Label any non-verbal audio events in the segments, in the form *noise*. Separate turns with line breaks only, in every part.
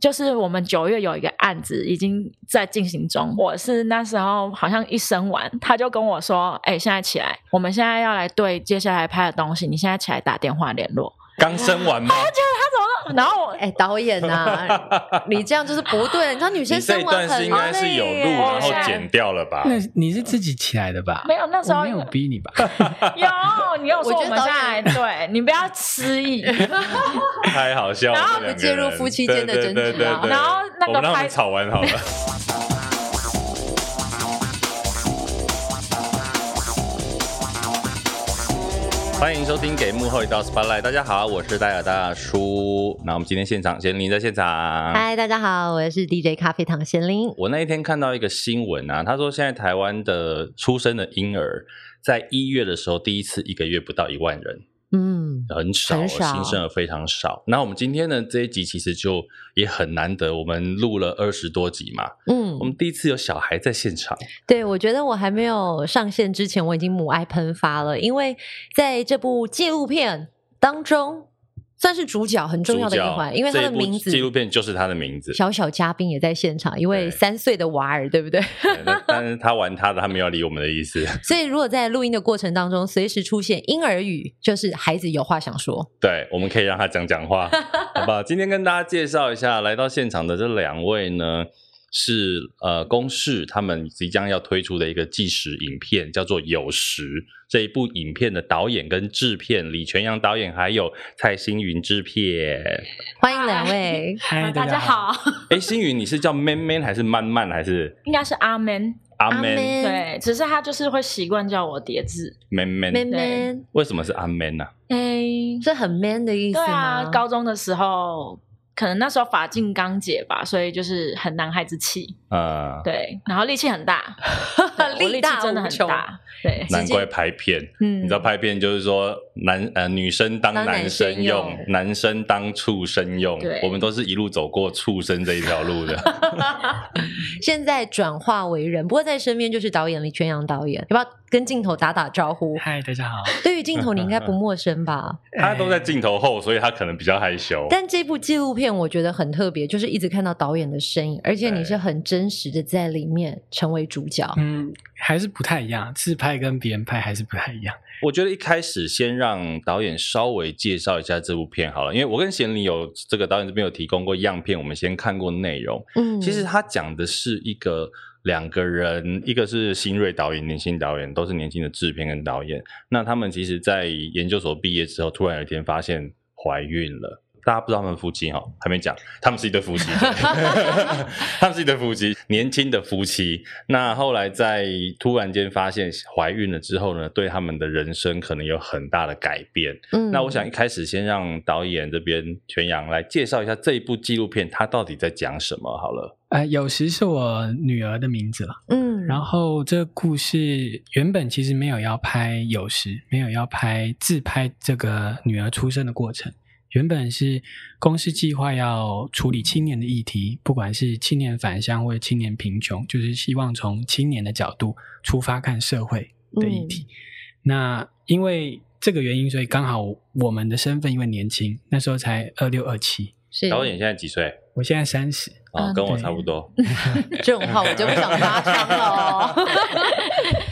就是我们九月有一个案子已经在进行中，我是那时候好像一生完，他就跟我说：“哎、现在起来，我们现在要来对接下来拍的东西，你现在起来打电话联络。
哦
刚生完吗？”
他怎么？然后我
哎、导演呐、
*laughs*
你这样就是不对。你知道女
你
生
这
生
一
完
段是
很
应该是有录，
累耶哦啊
然后剪掉了吧？
那你是自己起来的吧？
啊没有那时候
我没有逼你吧？
有，你有说
我
我
觉得
们现在对你不要失
*laughs*
忆。
哎
太好笑了。
然后
这两个
介入
人
夫妻间的
对
争
对
执
对
啊
对
然后那
我
个
们让他
拍
们吵完好了。欢迎收听《给幕后一道 spotlight》，大家好，我是戴尔大叔。那我们今天现场，贤玲在现场。
嗨，大家好，我是 DJ 咖啡糖贤玲。
我那一天看到一个新闻啊，他说现在台湾的出生的婴儿在一月的时候，第一次一个月不到一万人，
嗯，
很少，
很少
新生儿非常少。那我们今天呢这一集其实就也很难得，我们录了二十多集嘛，
嗯
我，们第一次有小孩在现场，
对，我觉得我还没有上线之前，我已经母爱喷发了，因为在这部纪录片当中，算是主角很重要的一
主角
环，因为他
这
的
一部
名字
纪录片就是他的名字，
小小嘉宾也在现场，一位
对
三岁的娃儿，对不 *laughs* 对？
对那但是他玩他的，他没有理我们的意思。
所以如果在录音的过程当中，随时出现婴儿语，就是孩子有话想说。
对，我们可以让他讲讲 *laughs* 话，好吧？今天跟大家介绍一下，来到现场的这两位呢，是呃公视他们即将要推出的一个纪实影片，叫做《有时》。这一部影片的导演跟制片李全阳导演，还有蔡星云制 *laughs* 片。
欢迎两位，
*laughs* 嗨，
*laughs* 大家
家好。
好，
*laughs*
哎，星云，你是叫 man man 还是慢慢还是
应该是阿 man，
阿
阿
man
妹
对，只是他就是会习惯叫我叠字。
man
妹
man？
妹，
为什么是阿 man 啊呢、
哎、
这很 man 的意思
对
吗？
啊，
*laughs*
高中的时候，可能那时候法禁刚解吧，所以就是很男孩子气，
啊？呃，
对，然后力气很大，对我
力
力
大
气真的
无
很
穷
大，对，
难怪拍片。
嗯，
你知道拍片就是说男呃女生当
当男
男
生
生用
用，
男生当畜生用
对，
我们都是一路走过畜生这一条路的。
现在转化为人，不过在身边就是导演李全阳导演，要不要跟镜头打打招
*laughs*
呼？
嗨，大家好。
对于镜头你应该不陌生吧？
他都在镜头后，所以他可能比较害羞。
但这部纪录片我觉得很特别，就是一直看到导演的身影，而且你是很真实的在里面成为主角。
嗯，还是不太一样，自拍跟别人拍还是不太一样。
我觉得一开始先让导演稍微介绍一下这部片好了，因为我跟贤玲有这个导演这边有提供过样片，我们先看过内容。
嗯，
其实他讲的是一个两个人，一个是新锐导演、年轻导演，都是年轻的制片跟导演。那他们其实，在研究所毕业之后，突然有一天发现怀孕了。大家不知道他们夫妻哈，还没讲，他们是一对夫妻，
*laughs*
他们是一对 *laughs* 夫妻，年轻的夫妻。那后来在突然间发现怀孕了之后呢，对他们的人生可能有很大的改变。
嗯
那我想一开始先让导演这边全阳来介绍一下这一部纪录片，它到底在讲什么好了。
呃，有时是我女儿的名字了。
嗯，
然后这个故事原本其实没有要拍有时，没有要拍自拍这个女儿出生的过程。原本是公司计划要处理青年的议题，不管是青年返乡或者青年贫穷，就是希望从青年的角度出发看社会
嗯
的议题。那因为这个原因，所以刚好我们的身份因为年轻，那时候才二六二七，
是
导演现在几岁？
我现在三十，
啊、
嗯
跟我
对
差不多。
这种话我就不想
*laughs*
发声
*laughs*
了哦。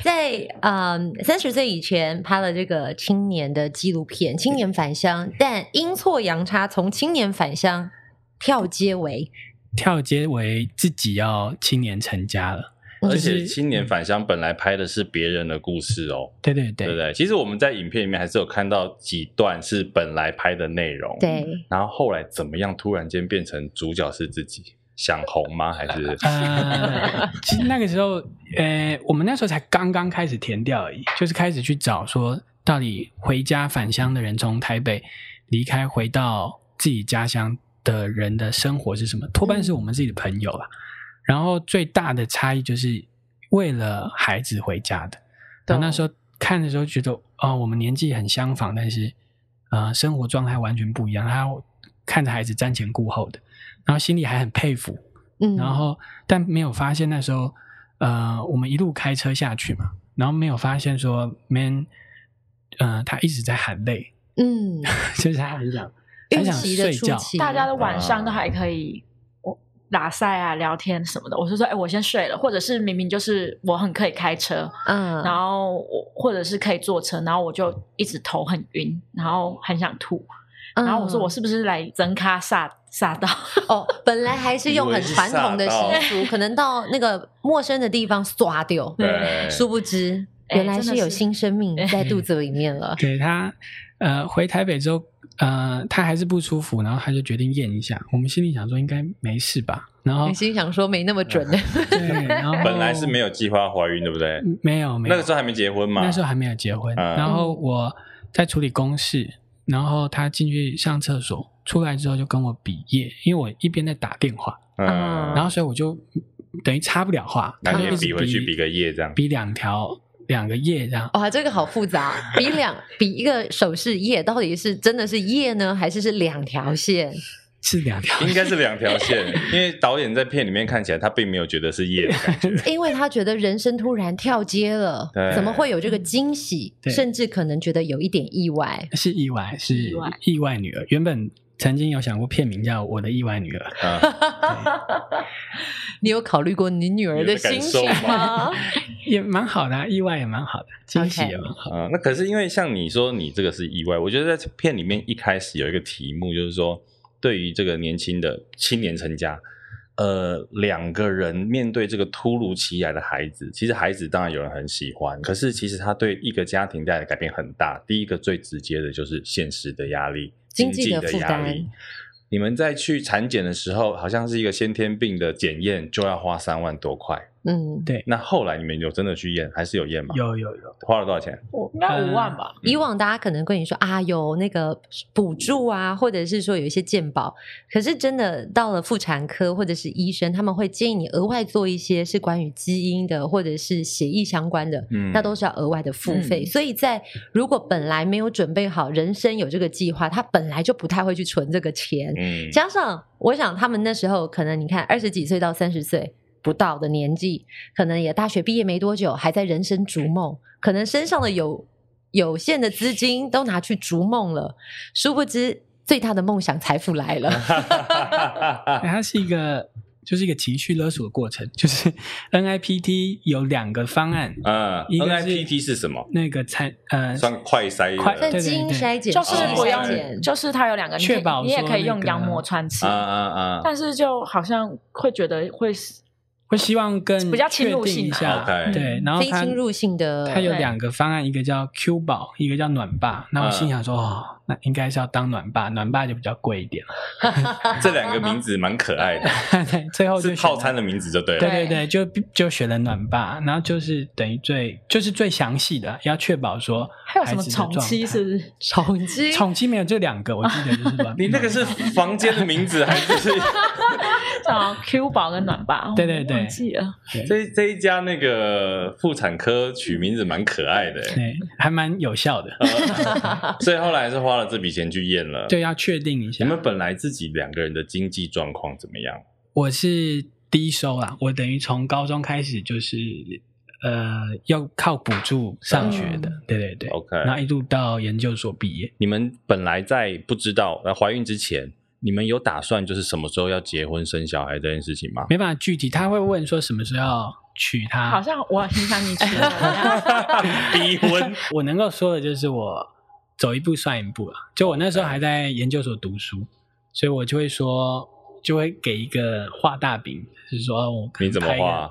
在嗯三十岁以前拍了这个青年的纪录片《青年返乡》，但阴错阳差从青年返乡跳街为
跳街为自己要青年成家
嗯
了。
而
就
且
是
青年返乡本来拍的是别人的故事哦，
对对对
对不对？其实我们在影片里面还是有看到几段是本来拍的内容，。
对
然后后来怎么样，突然间变成主角是自己，想红吗？还是
呃，其实那个时候，呃，我们那时候才刚刚开始填调而已，就是开始去找说，到底回家返乡的人从台北离开回到自己家乡的人的生活是什么？多半是我们自己的朋友啦。然后最大的差异就是为了孩子回家的。然后那时候看的时候觉得，哦，我们年纪很相仿，但是呃，生活状态完全不一样。他看着孩子瞻前顾后的，然后心里还很佩服。
嗯
然后但没有发现那时候，呃，我们一路开车下去嘛，然后没有发现说 man，呃，他一直在喊累， *laughs*
嗯，
就是他很想
孕
很想
期的
睡
初
觉，
期，
大家的晚上都还可以拉塞啊、聊天什么的，我就说，哎、我先睡了，或者是明明就是我很可以开车，
嗯，
然后我或者是可以坐车，然后我就一直头很晕，然后很想吐，然后我说我
是
是不是来增咖煞煞到？
哦，本来还是用
以为
很
是
传统的
*laughs* 吓到
习俗，可能到那个陌生的地方刷掉，
对，
殊不知
哎
原来
真的
是有
是哎
新生命在肚子里面
*laughs*
了。
对他，呃，回台北之后，呃，他还是不舒服，然后他就决定验一下。我们心里想说应该没事吧，然后
你心想说没那么
嗯
准，
对，然后
*laughs* 本来是没有计划怀孕，对不对？
嗯没有没有，
那个时候还没结婚嘛，
那时候还没有结婚，
嗯
然后我在处理公事，然后他进去上厕所，出来之后就跟我比耶，因为我一边在打电话，
嗯，
然后所以我就嗯等于插不了话，
那
他
你
就
也
一直
比回去比个耶这样
比两条两个耶
*laughs*
这样。
哇，这个好复杂。比两比一个手势叶，到底是真的是叶呢，还是是两条线？ *laughs*
是两条，
应该是两条线，因为导演在片里面看起来他并没有觉得是夜的
*laughs*
感觉，
因为他觉得人生突然跳阶了
对，
怎么会有这个惊喜？
对
甚至可能觉得有一点意外。
*laughs* 是意外，是
意外
意外女儿。原本曾经有想过片名叫《我的意外女儿》，
啊，
你有考虑过你女儿的心情
你有这感受
吗？ *laughs*
也蛮好的、啊，意外也蛮好的，惊喜也蛮好。
嗯，那可是因为像你说你这个是意外，我觉得在片里面一开始有一个题目，就是说对于这个年轻的青年成家，呃，两个人面对这个突如其来的孩子，其实孩子当然有人很喜欢，可是其实他对一个家庭带来的改变很大。第一个最直接的就是现实的压力，
经济
济
的负
压
担
力。你们在去产检的时候，好像是一个先天病的检验，就要花三万多块。
嗯，
那后来你们有真的去验，还是有验吗？
有有有，
花了多少钱？
我应该五万吧？
以往大家可能跟你说啊，有那个补助啊，或者是说有一些健保，可是真的到了妇产科或者是医生，他们会建议你额外做一些是关于基因的或者是血液相关的，
嗯
那都是要额外的付费。
嗯
所以在如果本来没有准备好，人生有这个计划，他本来就不太会去存这个钱，
*laughs*
嗯，
加上我想他们那时候可能你看二十几岁到三十岁不到的年纪，可能也大学毕业没多久，还在人生逐梦，可能身上的有有限的资金都拿去逐梦了，殊不知最大的梦想财富来了。
啊
*laughs*
哎它是一个就是一个情绪勒索的过程， *laughs* 就是 NIPT 有两个方案，
嗯
一个是
，NIPT 是什么？
那个产呃
算快筛的
快
但
对
基因筛检
就是不
哦
基因
用
筛检，
就是它有两个，你可以
确保
你也
说
可以用
那个
羊膜穿刺
啊，啊啊
但是就好像会觉得会是
会希望更
比较侵入
确定
性
一
啊
下
OK
对，然后
非
它
侵入性的
它有
对
两个方案，一个叫 Q 宝，一个叫暖爸。那我心想
嗯
说，哦，那应该是要当暖爸，暖爸就比较贵一点
*laughs*
了。
啊
*laughs*
这两个名字蛮可爱的，
对，最哦后就是选
套
了
餐的名字就对
对
了。
对对，就就选了暖爸，然后就是等于最就是最详细的，要确保说
还有什么
孩子的
重
状
期
态
是不 *laughs* 是？
重击。
宠妻没有这两个，我记得就是暖
*laughs* 你那个是房间的名字还
*laughs*
是
然后 Q 宝跟暖爸，
对对对
忘记了。
对
这这一家那个妇产科取名字蛮可爱的欸？
*laughs* 对，还蛮有效的，
呃所以后来是花了这笔钱去验了。
对，，要确定一下
你。们本来自己两个人的经济状况怎么样？
我是低收啦，我等于从高中开始就是呃要靠补助上学
嗯
的，对对对
OK
然后一路到研究所毕业。
你们本来在不知道呃怀孕之前，你们有打算就是什么时候要结婚生小孩这件事情吗？
没办法具体，他会问说什么时候要娶她。
好像我很想你去了 *laughs* 一样
*laughs* 逼婚，
我能够说的就是我走一步算一步啊。就我那时候
嗯
还在研究所读书，所以我就会说，就会给一个画大饼，就是说哦我可能
你怎么
拍一个
画？啊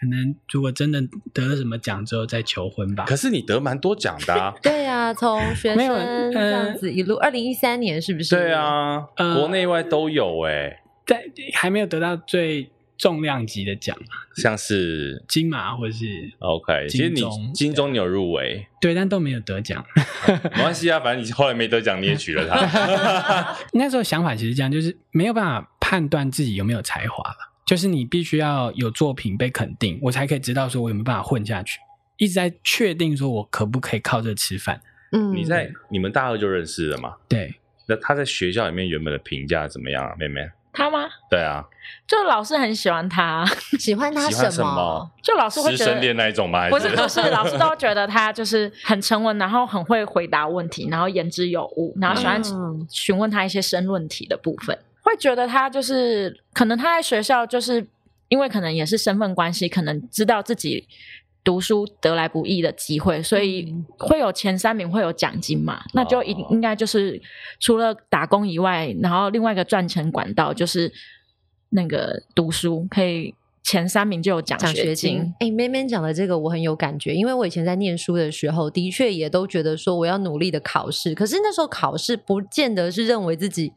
可能如果真的得了什么奖之后再求婚吧。
可是你得蛮多奖的啊。
对啊，从学
没有
生这样
呃
子一路，二零一三年是不是？
*laughs* 对，啊，
呃
国内外都有哎、
但还没有得到最重量级的奖嘛，
像是
金马或者是
OK，其实你
金钟
金钟你有入围，
对，啊但都没有得奖。
没关系啊，反正你后来没得奖，你也娶了
*laughs*
她。
那时候想法其实这样，就是没有办法判断自己有没有才华了，就是你必须要有作品被肯定，我才可以知道说我有没有办法混下去。一直在确定说我可不可以靠这吃饭。
嗯，
你在你们大二就认识了嘛？
对，
那他在学校里面原本的评价怎么样啊，妹妹？
他吗？
对啊，
就老师很喜欢他，
喜欢他
喜欢
什
什
么
么？？
就老师会
师
觉
生恋
得。
那一种吗？还
不是不是，老师都觉得他就是很沉稳，然后很会回答问题，然后言之有物，然后喜欢
嗯
询问他一些申论题的部分。会觉得他就是可能他在学校就是因为可能也是身份关系，可能知道自己读书得来不易的机会，所以会有前三名会有奖金嘛？那就应
哦
应该就是除了打工以外，然后另外一个赚钱管道就是那个读书，可以前三名就有奖
奖
学
学金。哎、妹妹讲的这个我很有感觉，因为我以前在念书的时候，的确也都觉得说我要努力的考试，可是那时候考试不见得是认为自己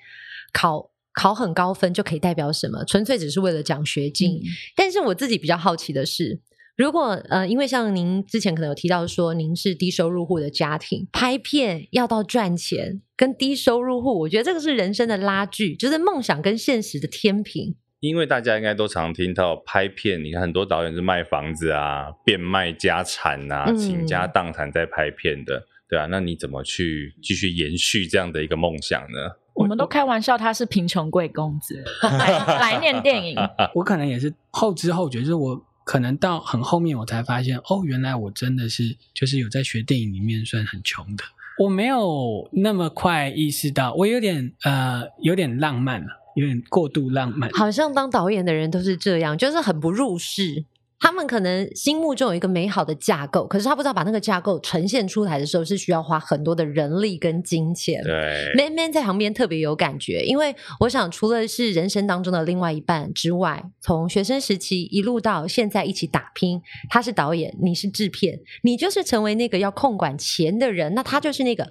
考。考很高分就可以代表什么？纯粹只是为了奖学
嗯
金。但是我自己比较好奇的是，如果呃，因为像您之前可能有提到说您是低收入户的家庭，拍片要到赚钱跟低收入户，我觉得这个是人生的拉锯，就是梦想跟现实的天平。
因为大家应该都常听到拍片，你看很多导演是卖房子啊、变卖家产啊、
嗯
倾家荡产在拍片的，对啊，那你怎么去继续延续这样的一个梦想呢？
我们都开玩笑，他是贫穷贵公子来来念电影，
我可能也是后知后觉，就是我可能到很后面我才发现，哦，原来我真的是就是有在学电影里面算很穷的，我没有那么快意识到，我有点呃有点浪漫了，有点过度浪漫。
好像当导演的人都是这样，就是很不入世。他们可能心目中有一个美好的架构，可是他不知道把那个架构呈现出来的时候，是需要花很多的人力跟金钱。
对，
Man Man 在旁边特别有感觉，因为我想，除了是人生当中的另外一半之外，从学生时期一路到现在一起打拼，他是导演，你是制片，你就是成为那个要控管钱的人，那他就是那个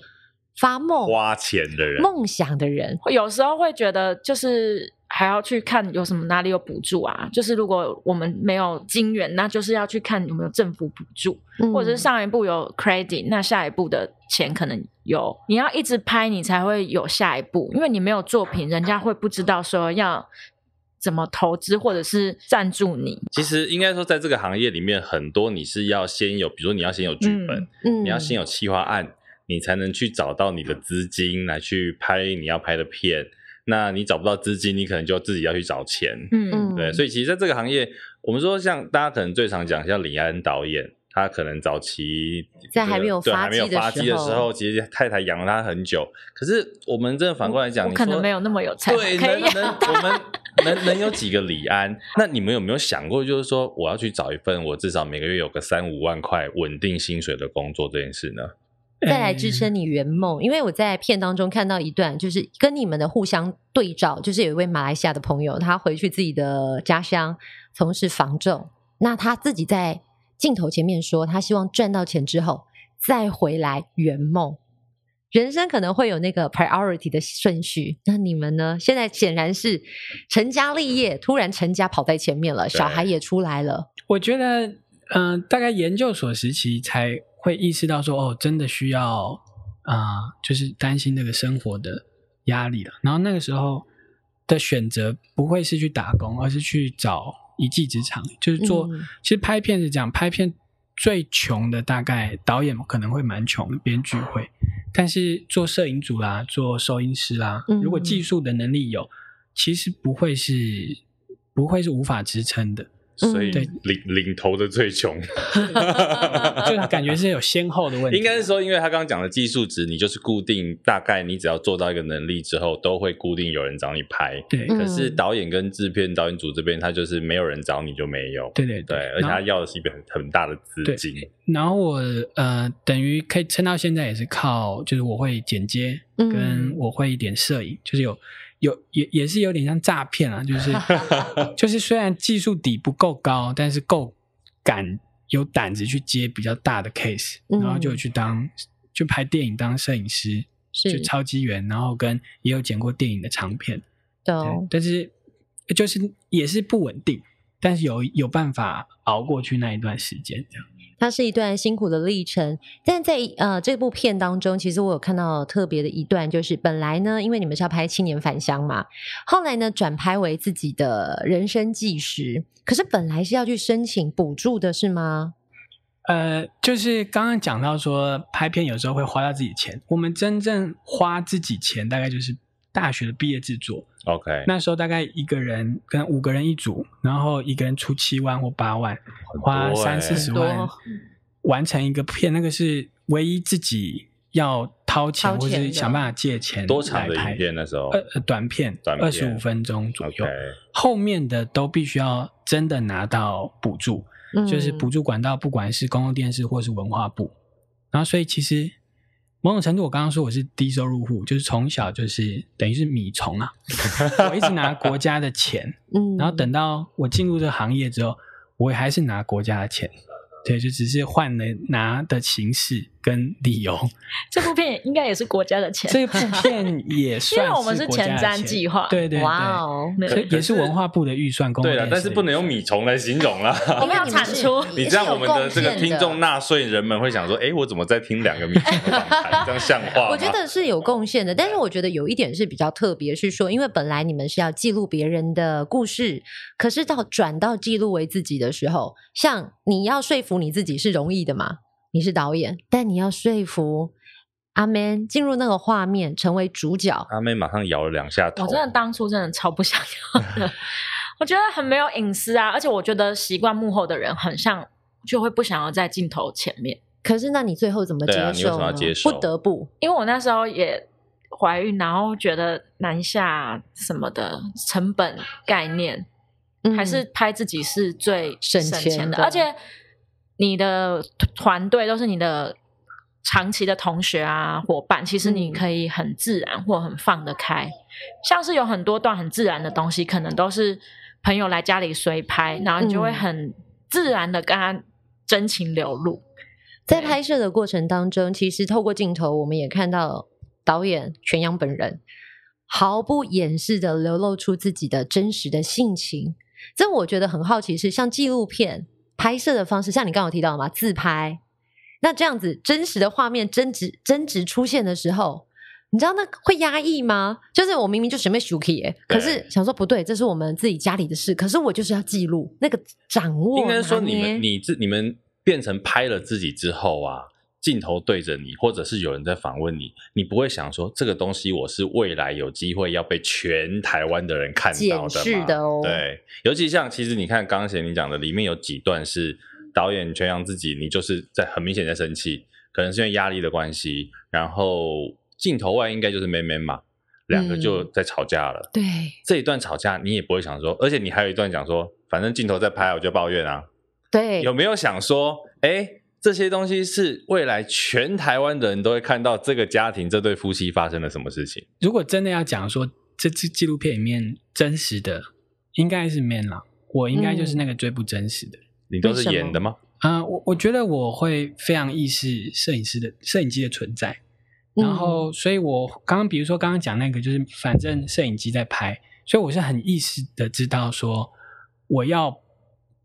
发梦
花钱的人，
梦想的人。
会有时候会觉得就是还要去看有什么哪里有补助啊，就是如果我们没有金源，那就是要去看有没有政府补助，
嗯
或者是上一部有 credit，那下一部的钱可能有，你要一直拍你才会有下一步，因为你没有作品，人家会不知道说要怎么投资或者是赞助你。
其实应该说，在这个行业里面，很多你是要先有，比如说你要先有剧本，
嗯
你要先有企划案，你才能去找到你的资金来去拍你要拍的片。那你找不到资金，你可能就自己要去找钱。
嗯，
对，所以其实在这个行业，我们说像大家可能最常讲，像李安导演，他可能早期
在还没有
这个对
发
还没有
迹的
发
时
迹的时
候
候，其实太太养了他很久。可是我们真的反过来讲，
我
你
可
说
能没有那么有才华，
嗯对，
可
能
以
能我们能能有几个李安？ *laughs* 那你们有没有想过，就是说我要去找一份我至少每个月有个三五万块稳定薪水的工作这件事呢？
再
嗯
来支撑你圆梦。因为我在片当中看到一段，就是跟你们的互相对照，就是有一位马来西亚的朋友，他回去自己的家乡从事房仲，那他自己在镜头前面说，他希望赚到钱之后再回来圆梦。人生可能会有那个 priority 的顺序，那你们呢？现在显然是成家立业，突然成家跑在前面了，
对
小孩也出来了，
我觉得，嗯、大概研究所时期才会意识到说，哦，真的需要啊、呃就是担心这个生活的压力了。然后那个时候的选择不会是去打工，而是去找一技之长，就是做。
嗯
其实拍片是这样，拍片最穷的大概导演可能会蛮穷的，编剧会，但是做摄影组啦，做收音师啦，
嗯
如果技术的能力有，其实不会是不会是无法支撑的。
所以
嗯
对
领领头的最
*laughs*
穷， *laughs*
*laughs* 就感觉是有先后的问题。啊
应该是说，因为他刚刚讲的技术值，你就是固定，大概你只要做到一个能力之后，都会固定有人找你拍。
对
嗯
可是导演跟制片、导演组这边，他就是没有人找你就没有。
对对
对，而且
然
他
后
要的是一笔很很大的资
对
金。
然后我呃，等于可以撑到现在也是靠，就是我会剪接，
嗯
跟我会一点摄影，就是有有也也是有点像诈骗啊，就是
*laughs*
就是虽然技术底不够高，但是够敢有胆子去接比较大的 case，、
嗯
然后就有去当就拍电影当摄影师，
是
就超机缘，然后跟也有剪过电影的长片，
的
哦
对，但是呃就是也是不稳定，但是有有办法熬过去那一段时间，这样。
它是一段辛苦的历程。但在呃这部片当中，其实我有看到特别的一段，就是本来呢，因为你们是要拍青年返乡嘛，后来呢转拍为自己的人生纪实。可是本来是要去申请补助的，是吗？
呃，就是刚刚讲到说拍片有时候会花到自己钱，我们真正花自己钱大概就是大学的毕业制作，
OK，
那时候大概一个人跟五个人一组，然后一个人出七万或八万，花
多欸
三四十
很
万
多
完成一个片，那个是唯一自己要掏钱
掏
或
钱
是
的
想办法借钱
多长的
来拍
影片那时候？
呃呃短片，
哦
呃
短片
二十五分钟左右
OK
后面的都必须要真的拿到补助，
嗯
就是补助管道，不管是公共电视或是文化部。然后，所以其实某种程度，我刚刚说我是低收入户，就是从小就是等于是米虫
*laughs*
啊，我一直拿国家的钱，
嗯
然后等到我进入这个行业之后，我还是拿国家的钱。对，就只是换了拿的形式跟理
*laughs*
由，
这部片应该也是国家的钱，
这部片也算
因为我们
是
是
国家
前
的
瞻
钱
计划
对对对，
哇哦，
对
所以也是文化部的预算公共
对
电
了
视，
但是不能用米虫来形容啦。
我
*laughs*
们要产出
你这样，我们的这个听众纳税人们会想说：“哎，我怎么在听两个米虫的访
*laughs*
谈？这样像话吗？”
我觉得是有贡献的，但是我觉得有一点是比较特别，是说，因为本来你们是要记录别人的故事，可是到转到记录为自己的时候，像你要说服你自己是容易的嘛，你是导演，但你要说服阿 Man 进入那个画面，成为主角，
阿妹马上摇了两下头，
我真的当初真的超不想要 *laughs* 的，我觉得很没有隐私啊，而且我觉得习惯幕后的人很像就会不想要在镜头前面，
可是那你最后怎么接
对啊你为
受
什么
呢？
要接受
不得不，
因为我那时候也怀孕，然后觉得南下什么的成本概念，
嗯
还是拍自己是最
省
省
钱
钱的，
的
而且你的团队都是你的长期的同学啊伙伴，其实你
嗯
可以很自然或很放得开，像是有很多段很自然的东西，可能都是朋友来家里随拍，然后你就会
嗯
很自然的跟他真情流露。
在
对
拍摄的过程当中，其实透过镜头，我们也看到导演全阳本人毫不掩饰的流露出自己的真实的性情。这我觉得很好奇是，像纪录片拍摄的方式，像你刚刚有提到嘛，自拍，那这样子真实的画面真实真实出现的时候。你知道那会压抑吗？就是我明明就什么 shuki 耶，可是
对
想说不对，这是我们自己家里的事，可是我就是要记录那个掌握。
应该说你
拿捏
们你自你们变成拍了自己之后啊，镜头对着你，或者是有人在访问你，你不会想说这个东西我是未来有机会要被全台湾的人看到
检
的
视
嘛
的哦
对，尤其像其实你看刚刚贤玲讲的，里面有几段是导演全阳自己，你就是在很明显在生气，可能是因为压力的关系，然后镜头外应该就是妹妹嘛，两个就
嗯
在吵架了。
对
这一段吵架你也不会想说，而且你还有一段讲说，反正镜头在拍，我就抱怨啊。
对
有没有想说，哎，这些东西是未来全台湾的人都会看到这个家庭这对夫妻发生了什么事情？
如果真的要讲说这支纪录片里面真实的，应该是 Man 啦，我应该就是那个最不真实的。
你都是演的吗？
啊、我我觉得我会非常意识摄影师的摄影机的存在，
嗯
然后，所以我刚刚比如说刚刚讲那个，就是反正摄影机在拍，所以我是很意识的知道说，我要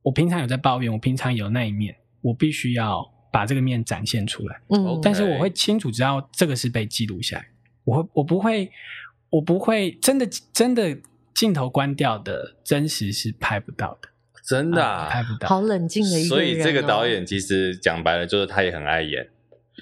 我平常有在抱怨，我平常有那一面，我必须要把这个面展现出来。
嗯，
但是我会清楚知道这个是被记录下来，我会我不会我不会真的真的镜头关掉的真实是拍不到的，
真的、
啊拍
啊，
不到。
好冷静的一个
所以这个
人哦
导演其实讲白了就是他也很爱演。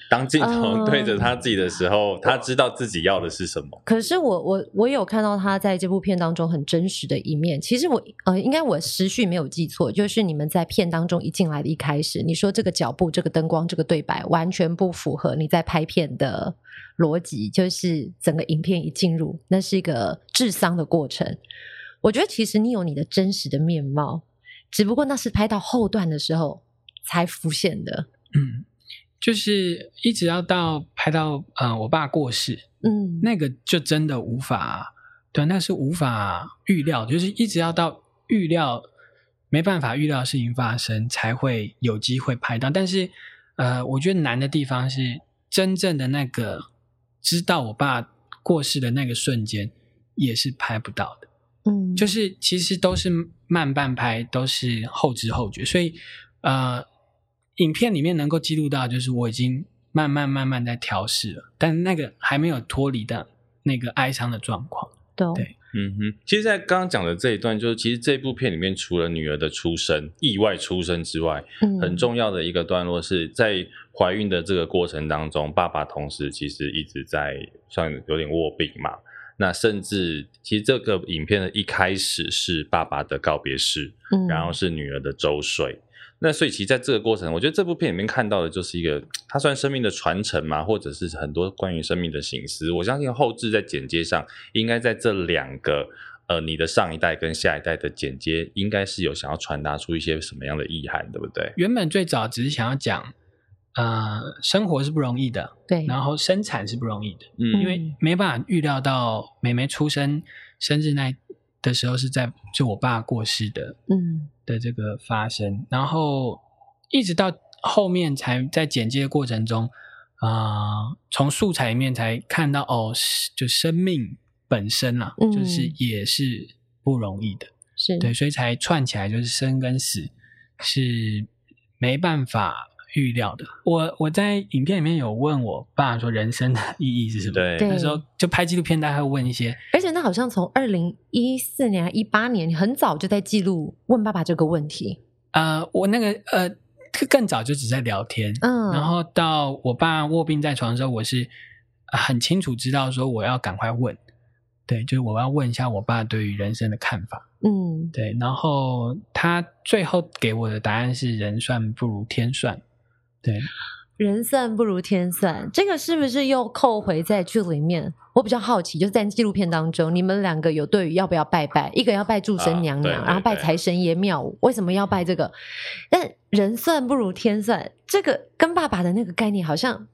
当镜头
嗯
对着他自己的时候，他知道自己要的是什么。
可是我我我有看到他在这部片当中很真实的一面。其实我呃，应该我时序没有记错，就是你们在片当中一进来的一开始，你说这个脚步、这个灯光、这个对白完全不符合你在拍片的逻辑，就是整个影片一进入，那是一个治丧的过程。我觉得其实你有你的真实的面貌，只不过那是拍到后段的时候才浮现的。
嗯，就是一直要到拍到呃我爸过世，
嗯，
那个就真的无法，对，那是无法预料的，就是一直要到预料没办法预料的事情发生，才会有机会拍到。但是，呃，我觉得难的地方是真正的那个知道我爸过世的那个瞬间，也是拍不到的。
嗯
就是其实都是慢半拍，都是后知后觉，所以呃，影片里面能够记录到，就是我已经慢慢慢慢在调试了，但那个还没有脱离的那个哀伤的状况。
懂
对
嗯哼，其实，在刚刚讲的这一段，就是其实这部片里面，除了女儿的出生、意外出生之外，
嗯
很重要的一个段落是在怀孕的这个过程当中，爸爸同时其实一直在算有点卧病嘛，那甚至其实这个影片的一开始是爸爸的告别式，
嗯
然后是女儿的周岁。那所以其实在这个过程，我觉得这部片里面看到的就是一个，它算生命的传承嘛，或者是很多关于生命的醒思。我相信后置在剪接上，应该在这两个呃你的上一代跟下一代的剪接，应该是有想要传达出一些什么样的意涵，对不对？
原本最早只是想要讲，呃，生活是不容易的，
对，
然后生产是不容易的，
嗯
因为没办法预料到妹妹出生生日那的时候是在就我爸过世的
嗯
的这个发生，然后一直到后面才在剪接的过程中，啊、从素材里面才看到哦，是就生命本身啦、
嗯
就是也是不容易的，
是
对，所以才串起来，就是生跟死是没办法预料的。我我在影片里面有问我爸说人生的意义是什么，，
对
对
那时候就拍纪录片，大家会问一些，
而且那好像从二零一四年、一八年很早就在记录问爸爸这个问题。
呃，我那个呃更早就只在聊天，
嗯，
然后到我爸卧病在床的时候，我是呃很清楚知道说我要赶快问，对，就是我要问一下我爸对于人生的看法。
嗯
对，然后他最后给我的答案是“人算不如天算”。对，
人算不如天算，这个是不是又扣回在剧里面？我比较好奇，就是在纪录片当中，你们两个有对于要不要拜拜，一个要拜祝生娘
啊对
娘，
对
然后拜
对
财神爷庙宇，为什么要拜这个？但人算不如天算，这个跟爸爸的那个概念好像。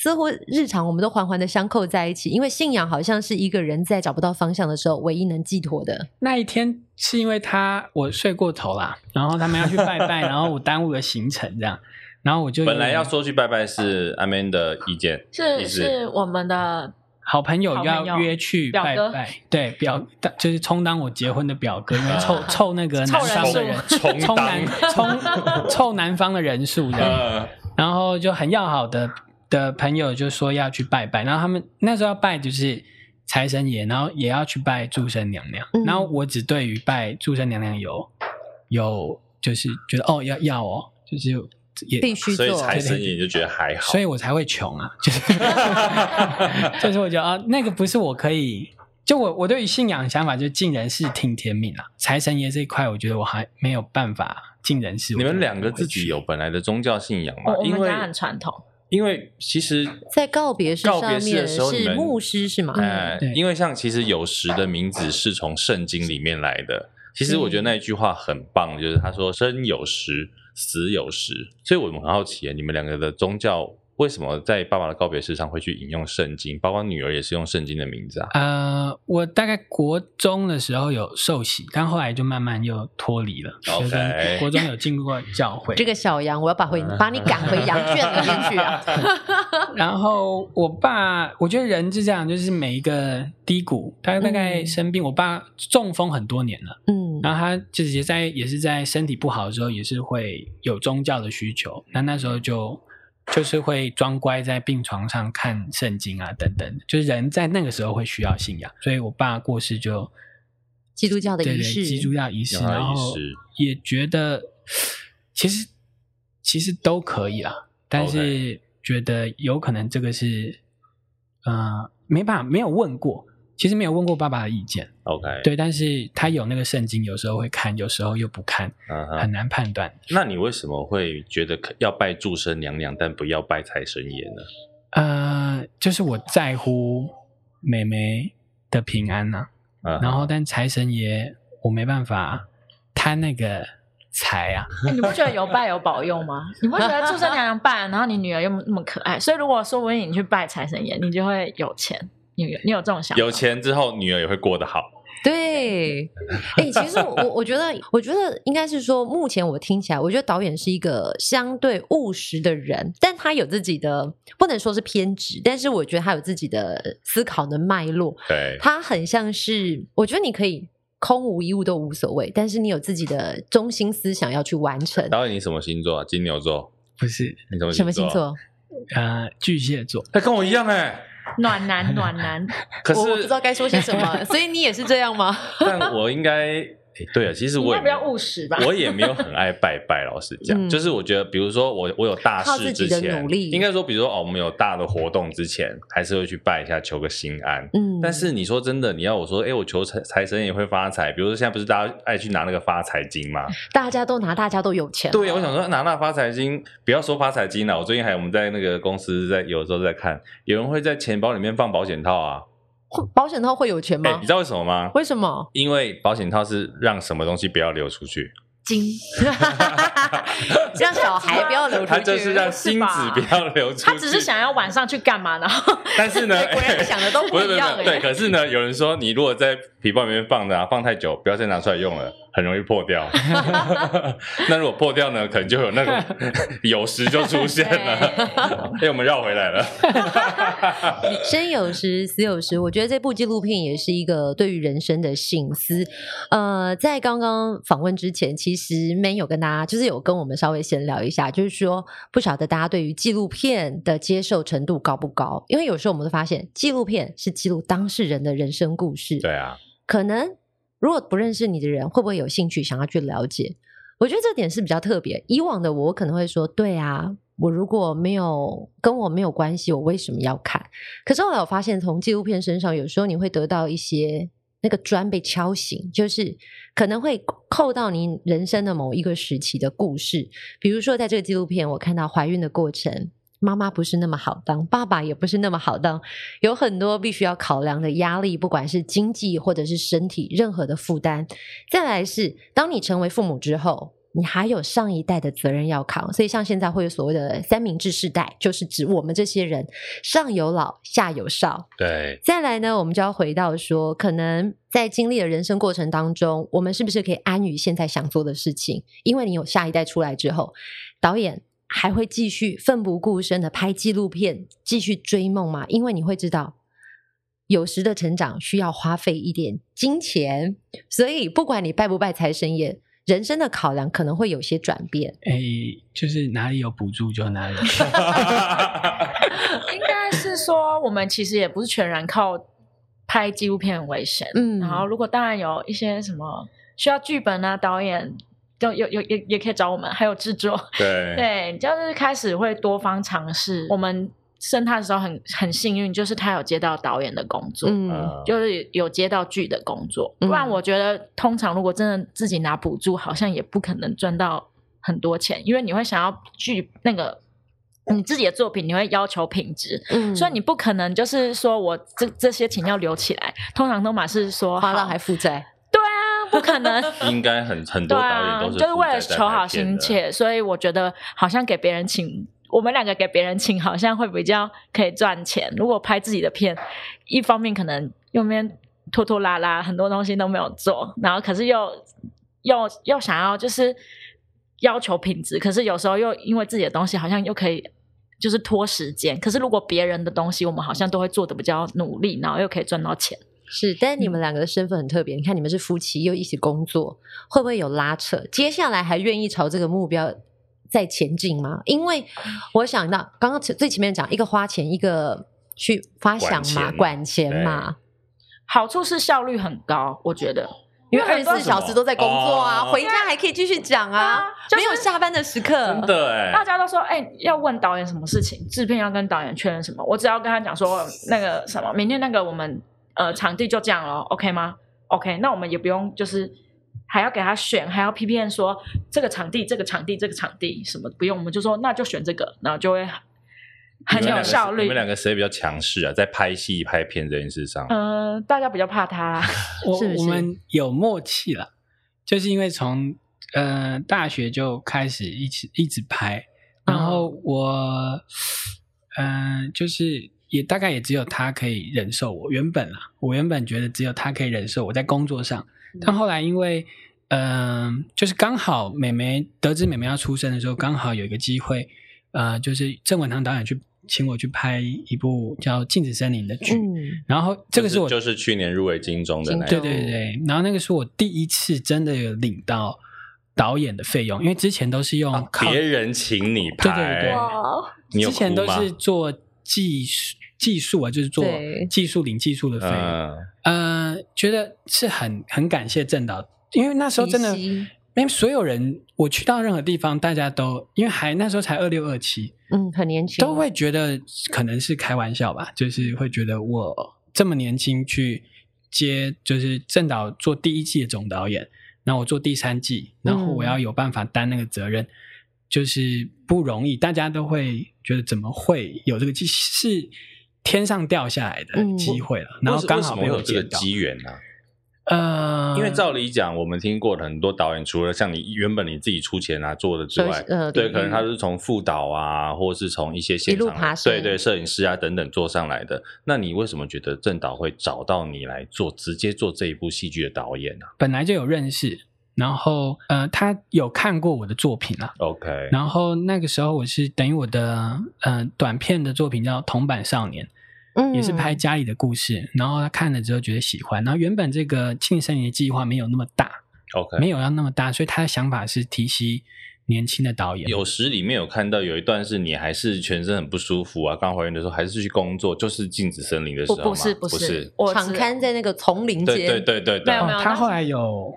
似乎日常我们都环环的相扣在一起，因为信仰好像是一个人在找不到方向的时候唯一能寄托的。
那一天是因为他我睡过头啦，然后他们要去拜拜，然后我耽误了行程，这样，然后我就有
本来要
点
说去拜拜是阿 Man 的意见，意
是
思
是我们
啊
的
好朋友
好朋
要
友
约去
表
拜
哥
拜，对表就是充当我结婚的表哥，因为凑
嗯啊
凑那个
凑
男
人
方的
数
人，
充
充
当
男
*laughs*
充凑男方的人数这样，
呃，
然后就很要好的的朋友就说要去拜拜，然后他们那时候要拜就是财神爷，然后也要去拜祝生娘娘，
嗯
然后我只对于拜祝生娘娘有有就是觉得哦要要哦，就是也
必须
所以
做
财神爷你就觉得还好
所，以我才会穷啊， *laughs* 就是就是我觉得啊，那个不是我可以，就我我对于信仰的想法就是尽人事听天命啊，财神爷这一块，我觉得我还没有办法尽人事。
你
我
们
就
两个
回去
自己有本来的宗教信仰吗
哦我？我
因
们
为
家很传统，
因为其实
在告别式
告
上
别式的
面
时候你
是
们
牧师是吗？嗯
哎
对，
因为像其实有时的名字是从圣经里面来的。其实我觉得那一句话很棒，就是他说“生有时，死有时”，所以我们很好奇，你们两个的宗教为什么在爸爸的告别式上会去引用圣经？包括女儿也是用圣经的名字啊。
呃，我大概国中的时候有受洗，但后来就慢慢又脱离了。
OK
就是国中有进过教会，
这个小羊，我要把回
嗯
把你赶回羊圈里面去啊！
然后我爸，我觉得人是这样，就是每一个低谷，他大概
嗯
生病，我爸中风很多年了。
嗯
然后他就直接在也是在身体不好的时候，也是会有宗教的需求。那那时候就就是会装乖在病床上看圣经啊，等等，就是人在那个时候会需要信仰。所以我爸过世就
基督教的仪式
对对基督教仪式，
然后
然后
仪式
也觉得其实其实都可以啦，但是觉得有可能这个是呃没办法没有问过，其实没有问过爸爸的意见。
*laughs* OK，，
对，但是他有那个圣经，有时候会看，有时候又不看，
嗯
很
哼。
难判断。
那你为什么会觉得可要拜祝生娘娘，但不要拜财神爷呢？
呃，就是我在乎妹妹的平安呐、
嗯哼
然后但财神爷我没办法贪那个财啊，
哎你不觉得有拜有保佑吗？你不觉得祝生娘娘拜，然后你女儿又那么可爱，所以如果说不定你去拜财神爷，你就会有钱。你有你有这种想法？
有。钱之后，女儿也会过得好。
对，哎、其实我我我觉得， *laughs* 我觉得应该是说，目前我听起来，我觉得导演是一个相对务实的人，但他有自己的不能说是偏执，但是我觉得他有自己的思考的脉络，
*laughs*
对，
他很像是，我觉得你可以空无一物都无所谓，但是你有自己的中心思想要去完成。
导演你什么星座啊？金牛座。
不是
你什么
什么星？座？
呃巨蟹座，
他跟我一样哎、
暖男暖男，
可
我
*laughs*
我不
是 *laughs*
知道该说些什么，所以你也是这样吗？
但我应该诶对啊，其实
你要
我也
比较
没有
务实吧
我也没有很爱拜
*laughs*
拜，老实讲，
嗯
就是我觉得，比如说我我有大
靠
事
自己
之
的
前，
努力
应该说，比如说哦，我们有大的活动之前，还是会去拜一下，求个心安。
嗯，
但是你说真的，你要我说，哎，我求财财神也会发财，比如说现在不是大家爱去拿那个发财金吗？
大家都拿，大家都有钱，
对，我想说拿那发财金，不要说发财金了，我最近还我们在那个公司在有时候在看，有人会在钱包里面放保险套啊，
会保险套会有钱
哎，
吗
你知？道为什么吗？
为什么？
因为保险套是让什么东西不要流出去，
金，
让小孩不要流出去，
它就是让
是
金
吧，
子不要流出去。
他只是想要晚上去干嘛，然后
但是呢
*laughs* 果然想的都
*laughs* 不
不
是
一样
不是不
哎、
是对，可是呢，有人说你如果在皮包里面放着啊，放太久，不要再拿出来用了，很容易破
*laughs*
掉。 *laughs* 那如果破掉呢，可能就有
*laughs*
那个有时就出现了。 *laughs* 哎、我们绕回来了。
生有时，死有时。我觉得这部纪录片也是一个对于人生的醒思。呃，在刚刚访问之前，其实没有跟大家，就是有跟我们稍微闲聊一下，就是说不晓得大家对于纪录片的接受程度高不高？因为有时候我们会发现，纪录片是记录当事人的人生故事，
对啊，
可能如果不认识你的人，会不会有兴趣想要去了解？我觉得这点是比较特别。以往的我，我可能会说，对啊，我如果没有跟我没有关系，我为什么要看？可是后来我发现，从纪录片身上，有时候你会得到一些那个砖被敲醒，就是可能会扣到你人生的某一个时期的故事。比如说，在这个纪录片，我看到怀孕的过程。妈妈不是那么好当，爸爸也不是那么好当，有很多必须要考量的压力，不管是经济或者是身体任何的负担。再来是，当你成为父母之后，你还有上一代的责任要扛，所以像现在会有所谓的三明治世代，就是指我们这些人上有老下有少，
对， *laughs*
再来呢，我们就要回到说，可能在经历的人生过程当中，我们是不是可以安于现在想做的事情？因为你有下一代出来之后，导演还会继续奋不顾身的拍纪录片，继续追梦嘛？因为你会知道。有时的成长需要花费一点金钱，所以不管你拜不拜财神爷，人生的考量可能会有些转变。
哎、就是哪里有补助就哪里。
*laughs*
*laughs*
应该是说我们其实也不是全然靠拍纪录片为生，
嗯
然后如果当然有一些什么需要剧本啊、导演，就有有也也可以找我们，还有制作，
对，
对，就是开始会多方尝试。我们生他的时候很很幸运，就是他有接到导演的工作，
嗯，
呃
就是有接到剧的工作。
嗯
不然我觉得，通常如果真的自己拿补助，好像也不可能赚到很多钱，因为你会想要剧那个你自己的作品，你会要求品质。
嗯
所以你不可能就是说我这这些钱要留起来，通常都嘛是说
花
好
到还负债，
对啊，不可能，
应该很很
对
多导
啊
演都，是、
就是为了求好心。切，所以我觉得好像给别人请，我们两个给别人请，好像会比较可以赚钱。如果拍自己的片，一方面可能右边拖拖拉拉，很多东西都没有做，然后可是又又又想要就是要求品质，可是有时候又因为自己的东西好像又可以。就是拖时间，可是如果别人的东西，我们好像都会做的比较努力，然后又可以赚到钱。
是，但
嗯
你们两个的身份很特别。你看，你们是夫妻，又一起工作，会不会有拉扯？接下来还愿意朝这个目标再前进吗？因为我想到刚刚前最前面讲，一个花钱，一个去发想
管
嘛，
钱
管钱嘛，
好处是效率很高，我觉得，
因为
很
二十
多
四小时都在工作啊，
哦
回家还可以继续讲啊，
就是
没有下班的时刻。
真的哎、
大家都说，哎、要问导演什么事情，制片要跟导演确认什么，我只要跟他讲说，那个什么，明天那个我们呃场地就这样咯 o k 吗？OK，那我们也不用就是还要给他选，还要 P P N 说这个场地、这个场地、这个场地什么不用，我们就说那就选这个，然后就会很
你
有
们两个
效
你
率
们。两个谁比较强势啊？在拍戏拍片这件事上，
嗯、大家比较怕他，
我
是不是
我们有默契了，就是因为从呃大学就开始一起一直拍，
嗯
然后我嗯、呃就是也大概也只有他可以忍受我。原本啊，我原本觉得只有他可以忍受我在工作上，但后来因为嗯、呃就是刚好美眉得知美眉要出生的时候，刚好有一个机会，呃，就是郑文堂导演去请我去拍一部叫《禁止森林》的剧。
嗯，
然后这个是我
就是去年入围金钟的那一
对
个
对对，然后那个是我第一次真的有领到导演的费用，因为之前都是用哦靠、
啊别人请你
对
拍，
对
你
对，
有
之前
哭
都
吗
是做技术技术啊，就是做
对
技术领技术的费用。
嗯，
呃，觉得是很很感谢郑导因为那时候真的
平息，
因为所有人我去到任何地方，大家都因为还那时候才二六二七，
嗯，很年轻，
都会觉得可能是开玩笑吧，就是会觉得我这么年轻去接，就是正导做第一季的总导演，那我做第三季，然后我要有办法担那个责任，就是不容易，大家都会觉得怎么会有这个机是天上掉下来的
嗯
机会了，然后
为
刚
为什
好
么
没
会有这
接
个
到，
机缘呢、
呃，
因为照理讲，我们听过的很多导演，除了像你原本你自己出钱啊做的之
都
外
是，呃
对，
对
可能他是从副导啊，或是从一些现
一
场
路爬
的
升
对对摄影师啊等等做上来的。那你为什么觉得郑导会找到你来做直接做这一部戏剧的导演呢、啊
本来就有认识，然后呃，他有看过我的作品啊啦，
o k
然后那个时候我是等于我的呃短片的作品叫《铜板少年》，
嗯
也是拍家里的故事。然后他看了之后觉得喜欢，然后原本这个庆生年计划没有那么大，
OK，
没有要那么大，所以他的想法是提携年轻的导演。哦
有时里面有看到有一段是你还是全身很不舒服啊，刚怀孕的时候还是去工作，就是禁止森林的时
不
候吗？
不是不
是
是，，我
场
只
刊在那个丛林
对对
间，
对对
没
对
有，没有
哦
那
他
是
后来有，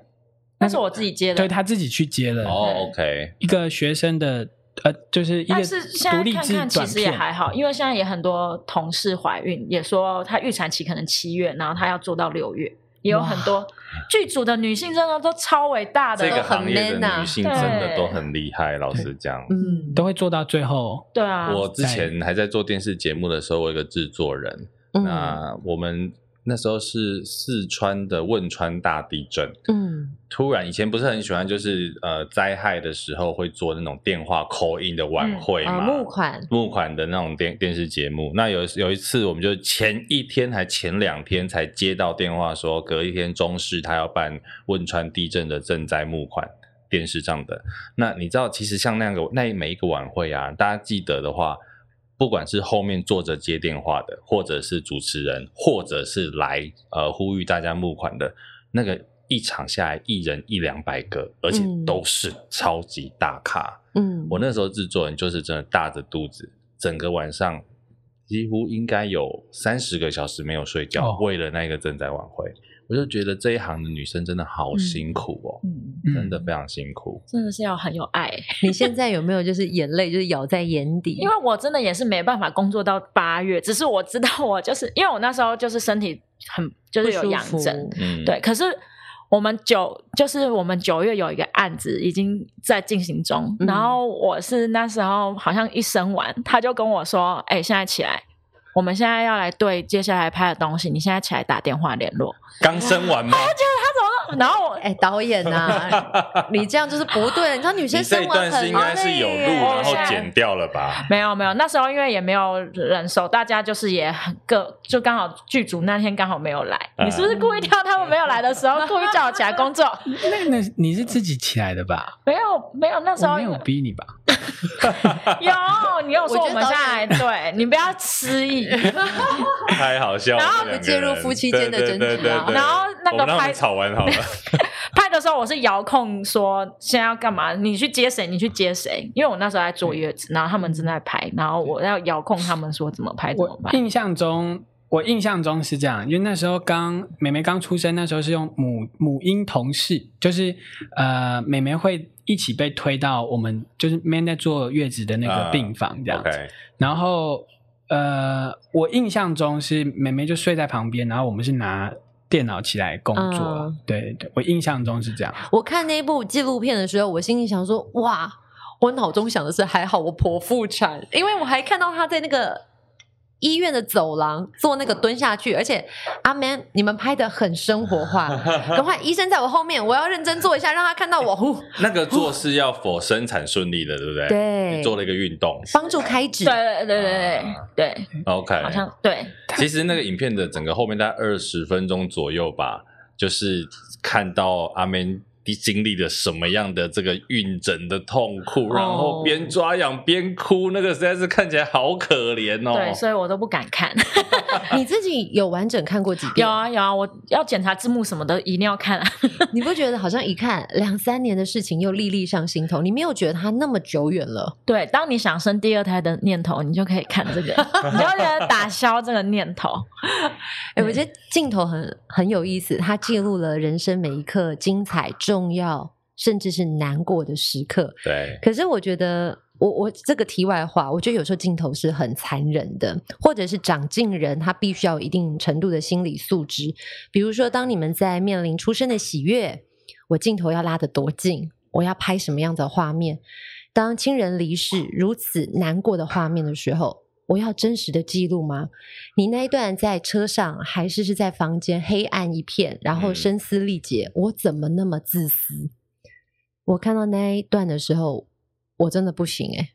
那是我自己接的，
对他自己去接了、
哦，OK，
一个学生的呃，就是一个
但是现
独
在
立
看
制
看，其
短
实也
片。
还好，因为现在也很多同事怀孕，也说她预产期可能七月，然后她要做到六月，也有
哇
很多剧组的女性真的都超伟大的，
这个
很
行业
man
的
啊
女性真的都很厉害，老实讲。
嗯，
都会做到最后，
对啊，
我之前还在做电视节目的时候，我有个制作人，
嗯
那我们那时候是四川的汶川大地震，
嗯
突然以前不是很喜欢，就是呃灾害的时候会做那种电话 call in 的晚
嗯
会
啊，
嘛，
募款，
募款的那种电电视节目。那有有一次，我们就前一天还前两天才接到电话说，隔一天中视他要办汶川地震的赈灾募款。电视上的那你知道，其实像那个那每一个晚会啊，大家记得的话，不管是后面坐着接电话的，或者是主持人，或者是来呃呼吁大家募款的，那个一场下来一人一两百个，而且
嗯
都是超级大咖。
嗯，
我那时候制作人就是真的大着肚子，整个晚上几乎应该有三十个小时没有睡觉，
哦
为了那个赈灾晚会，我就觉得这一行的女生真的好辛苦哦，
嗯，
嗯
真的非常辛苦。
真的是要很有爱，
你现在有没有就是眼泪就是咬在眼底？
因为我真的也是没办法工作到八月，只是我知道我就是因为我那时候就是身体很就是有
不舒
痒
服
症，
嗯，
对，，可是我们九就是我们九月有一个案子已经在进行中，
嗯
然后我是那时候好像一生完，他就跟我说：“哎、现在起来，我们现在要来对接下来拍的东西，你现在起来打电话联络。
刚生完
*laughs*
吗？”
他怎么？然后我
哎，导
*laughs*
演呐，你这样就是不对，你知道女
你
生
这一
生
段
完
是
很
应该是有录，
累耶啊
然后
现在
剪掉了吧？
没有没有，那时候因为也没有人手，大家就是也很各，就刚好剧组那天刚好没有来。
嗯
你是不是故意挑他们没有来的时候，故意叫我起来工作？
那那你是自己起来的吧？
没有没有，那时
我
候
没有逼你吧？
有你有说
我
我
觉得
们
导
现
演
在对你不要失忆。
太好笑了，
然后
这两个
介入
人
夫妻间的
对
争
对
执
对
啊
对对
然后那
我
个
们让他
拍
们吵完好了，
拍的时候我是遥控说现在要干嘛，你去接谁，你去接谁，因为我那时候在坐月子，然后他们正在拍，然后我要遥控他们说怎么拍怎么
我
拍。
印象中，我印象中是这样，因为那时候刚美眉刚出生，那时候是用母母婴同室，就是呃，美眉会一起被推到我们就是 man 在坐月子的那个病房这样子。
OK，
然后呃，我印象中是美眉就睡在旁边，然后我们是拿电脑起来工作。
嗯
对对，我印象中是这样。
我看那部纪录片的时候，我心里想说，哇，我脑中想的是还好我剖腹产，因为我还看到她在那个医院的走廊做那个蹲下去，而且阿 Man 你们拍的很生活化，
*laughs*
赶快医生在我后面，我要认真做一下，让他看到我，呼
那个做是要否生产顺利的，对不对？
对
你做了一个运动
帮助开指
对，对对对对
，OK，
对，好像对，
其实那个影片的整个后面大概二十分钟左右吧，就是看到阿 Man 经历了什么样的这个孕诊的痛苦，然后边抓痒边哭，那个实在是看起来好可怜哦。
对，所以我都不敢看。
你自己有完整看过几遍？
有啊有啊，我要检查字幕什么的，一定要看啊。 *laughs*
你不觉得好像一看两三年的事情又历历上心头？你没有觉得它那么久远了？
对，当你想生第二胎的念头，你就可以看这个，你就觉得打消这个念头。
哎、我觉得镜头很很有意思，它记录了人生每一刻精彩、重要，甚至是难过的时刻。
对，
可是我觉得，我我这个题外话，我觉得有时候镜头是很残忍的，或者是长进人他必须要有一定程度的心理素质。比如说，当你们在面临出生的喜悦，我镜头要拉得多近，我要拍什么样的画面；当亲人离世如此难过的画面的时候。我要真实的记录吗？你那一段在车上还是是在房间黑暗一片，然后
嗯
声嘶力竭，我怎么那么自私？我看到那一段的时候，我真的不行哎、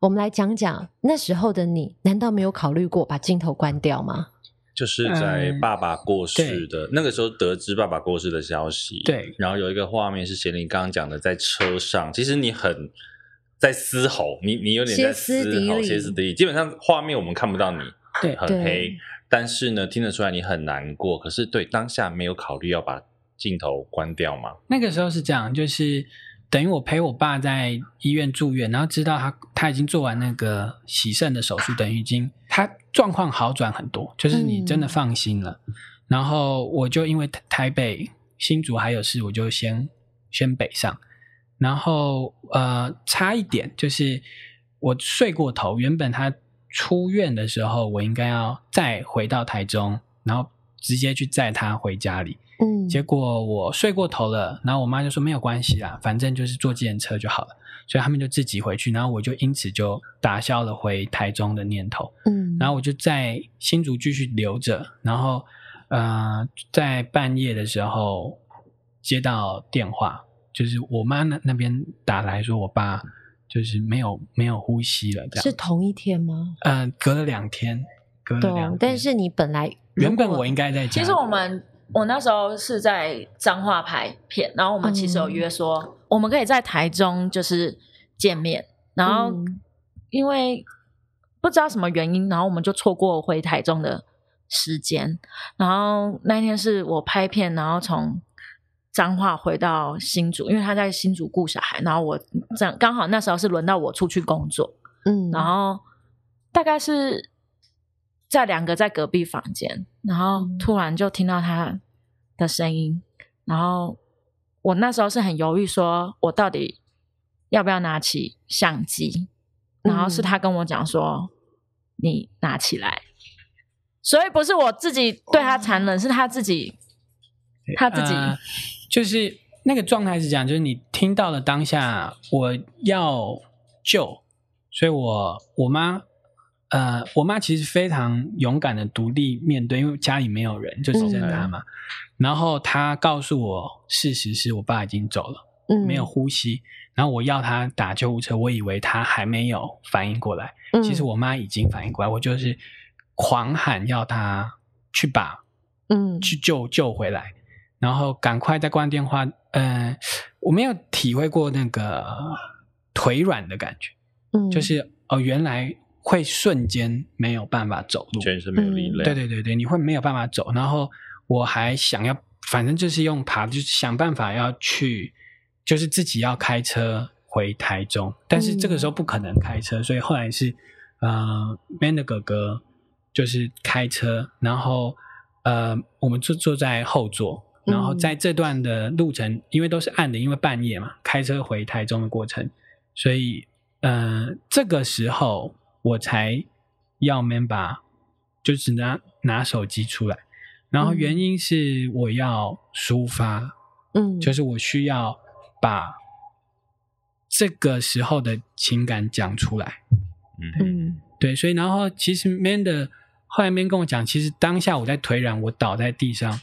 我们来讲讲那时候的你，难道没有考虑过把镜头关掉吗？
就是在
嗯
爸爸过世的、那个时候得知爸爸过世的消息，
对
然后有一个画面是贤玲刚刚讲的，在车上，其实你很在嘶吼，你你有点在嘶
歇斯底
吼，
里
歇斯底里，基本上画面我们看不到你，
对
很
对
黑，但是呢，听得出来你很难过，可是对当下没有考虑要把镜头关掉嘛，
那个时候是这样，就是等于我陪我爸在医院住院，然后知道他他已经做完那个洗肾的手术，等于已经 *laughs* 他状况好转很多，嗯就是你真的放心了。然后我就因为台台北、新竹还有事，我就先先北上，然后呃差一点就是我睡过头，原本他出院的时候我应该要再回到台中，然后直接去载他回家里。
嗯，
结果我睡过头了，然后我妈就说没有关系啦，反正就是坐计程车就好了。所以他们就自己回去，然后我就因此就打消了回台中的念头。
嗯，
然
后
后我就在新竹继续留着，然后呃，在半夜的时候接到电话，就是我妈那那边打来说我爸就是没有没有呼吸了，这
是
样。
同一天吗？
嗯、隔了两天，隔了
懂
两天，，
但是你本来
原本
如果
我应该在家
其
的。
实我们我那时候是在彰化拍片，然后我们其实有约说，
嗯
我们可以在台中就是见面，然后
嗯
因为不知道什么原因，然后我们就错过回台中的时间。然后那一天是我拍片，然后从彰化回到新竹，因为他在新竹顾小孩，然后我这样刚好那时候是轮到我出去工作，
嗯，
然后大概是在两个在隔壁房间，然后
嗯
突然就听到他的声音，然后我那时候是很犹豫，说我到底要不要拿起相机，然后是
嗯
他跟我讲说、你拿起来，所以不是我自己对他残忍，是他自己他自己、
呃就是那个状态是这样，就是你听到了当下我要救，所以我我妈呃，我妈其实非常勇敢的独立面对，因为家里没有人，就
嗯
只剩她嘛。然后她告诉我，事实是我爸已经走了，
嗯
没有呼吸。然后我要她打救护车，我以为她还没有反应过来，
嗯，
其实我妈已经反应过来，我就是狂喊要她去把
嗯
去救救回来，然后赶快再挂电话。呃，我没有体会过那个腿软的感觉，
嗯
就是哦，原来会瞬间没有办法走路。
全身没有
嗯
力量。
对对对对，你会没有办法走。然后我还想要，反正就是用爬，就是想办法要去，就是自己要开车回台中，但是这个时候不可能开车，所以后来是呃，Man 的哥哥就是开车，然后呃，我们就坐在后座。然后
嗯
在这段的路程，因为都是暗的，因为半夜嘛，开车回台中的过程，所以，呃，这个时候我才要 man 把，就只拿拿手机出来。然后原因是我要抒发，
嗯
就是我需要把这个时候的情感讲出来。
嗯，
嗯
对，所以然后其实 man 的后来 man 跟我讲，其实当下我在腿软，我倒在地上，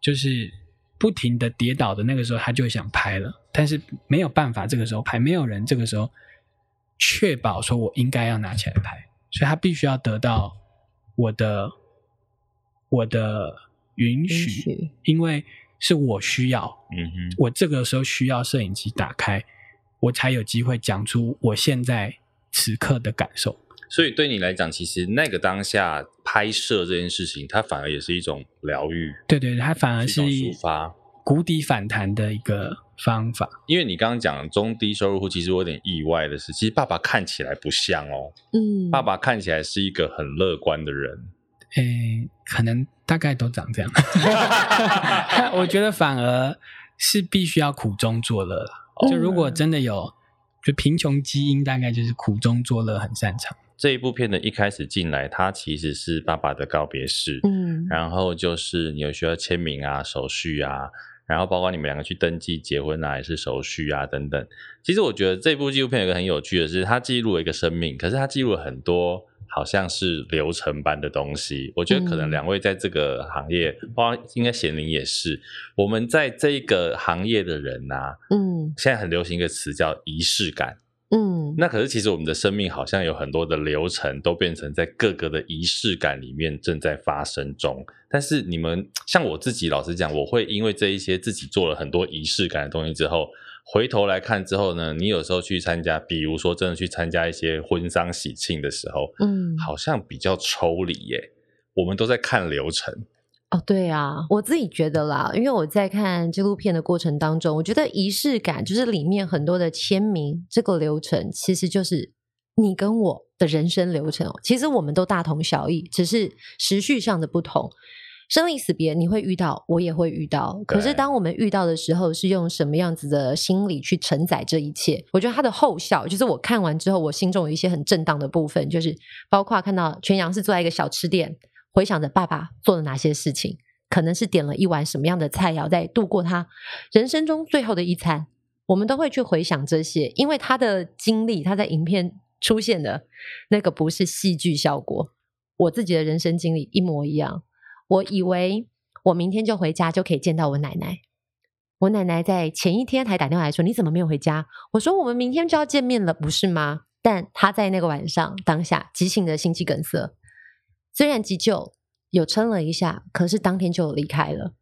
就是不停的跌倒的那个时候，他就想拍了，但是没有办法，这个时候拍，没有人这个时候确保说我应该要拿起来拍，所以他必须要得到我的我的允许，
允许
因为是我需要，
嗯哼，
我这个时候需要摄影机打开，我才有机会讲出我现在此刻的感受。
所以对你来讲，其实那个当下拍摄这件事情，它反而也是一种疗愈，
对对，它反而
是
是
一种抒发。
谷底反弹的一个方法。
因为你刚刚讲中低收入户，其实我有点意外的是，其实爸爸看起来不像哦，
嗯，
爸爸看起来是一个很乐观的
*laughs*
人。
诶，可能大概都长这样。 *laughs* 我觉得反而是必须要苦中作乐啦。
哦
就如果真的有，就贫穷基因大概就是苦中作乐很擅长。
这一部片的一开始进来，它其实是爸爸的告别式，
嗯
然后就是你有需要签名啊、手续啊，然后包括你们两个去登记结婚啊，也是手续啊等等。其实我觉得这部纪录片有一个很有趣的是，它记录了一个生命，可是它记录了很多好像是流程般的东西。我觉得可能
嗯
两位在这个行业，包括应该贤玲也是，我们在这个行业的人呐、啊，
嗯
现在很流行一个词叫仪式感。
嗯，
那可是其实我们的生命好像有很多的流程都变成在各个的仪式感里面正在发生中。但是你们像我自己，老实讲，我会因为这一些自己做了很多仪式感的东西之后，回头来看之后呢，你有时候去参加，比如说真的去参加一些婚丧喜庆的时候，
嗯，
好像比较抽离耶。我们都在看流程，
哦，对啊，我自己觉得啦，因为我在看纪录片的过程当中，我觉得仪式感就是里面很多的签名这个流程，其实就是你跟我的人生流程哦。其实我们都大同小异，只是时序上的不同。生离死别你会遇到，我也会遇到。可是
对
当我们遇到的时候，是用什么样子的心理去承载这一切？我觉得它的后效，就是我看完之后，我心中有一些很震荡的部分，就是包括看到全阳是坐在一个小吃店，回想着爸爸做了哪些事情，可能是点了一碗什么样的菜肴，在度过他人生中最后的一餐。我们都会去回想这些，因为他的经历，他在影片出现的那个不是戏剧效果。我自己的人生经历一模一样，我以为我明天就回家就可以见到我奶奶。我奶奶在前一天还打电话来说：“你怎么没有回家？”我说：“我们明天就要见面了，不是吗？”但她在那个晚上当下急性的心肌梗塞，虽然急救有撑了一下，可是当天就离开了。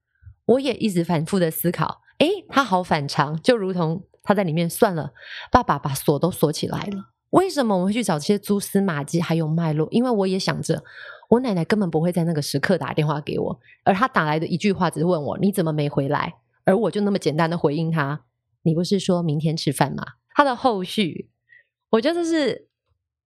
我也一直反复的思考，诶，他好反常，就如同他在里面算了，爸爸把锁都锁起来了。为什么我们会去找这些蛛丝马迹还有脉络？因为我也想着，我奶奶根本不会在那个时刻打电话给我，而她打来的一句话只是问我你怎么没回来，而我就那么简单的回应她，你不是说明天吃饭吗？她的后续，我觉得这是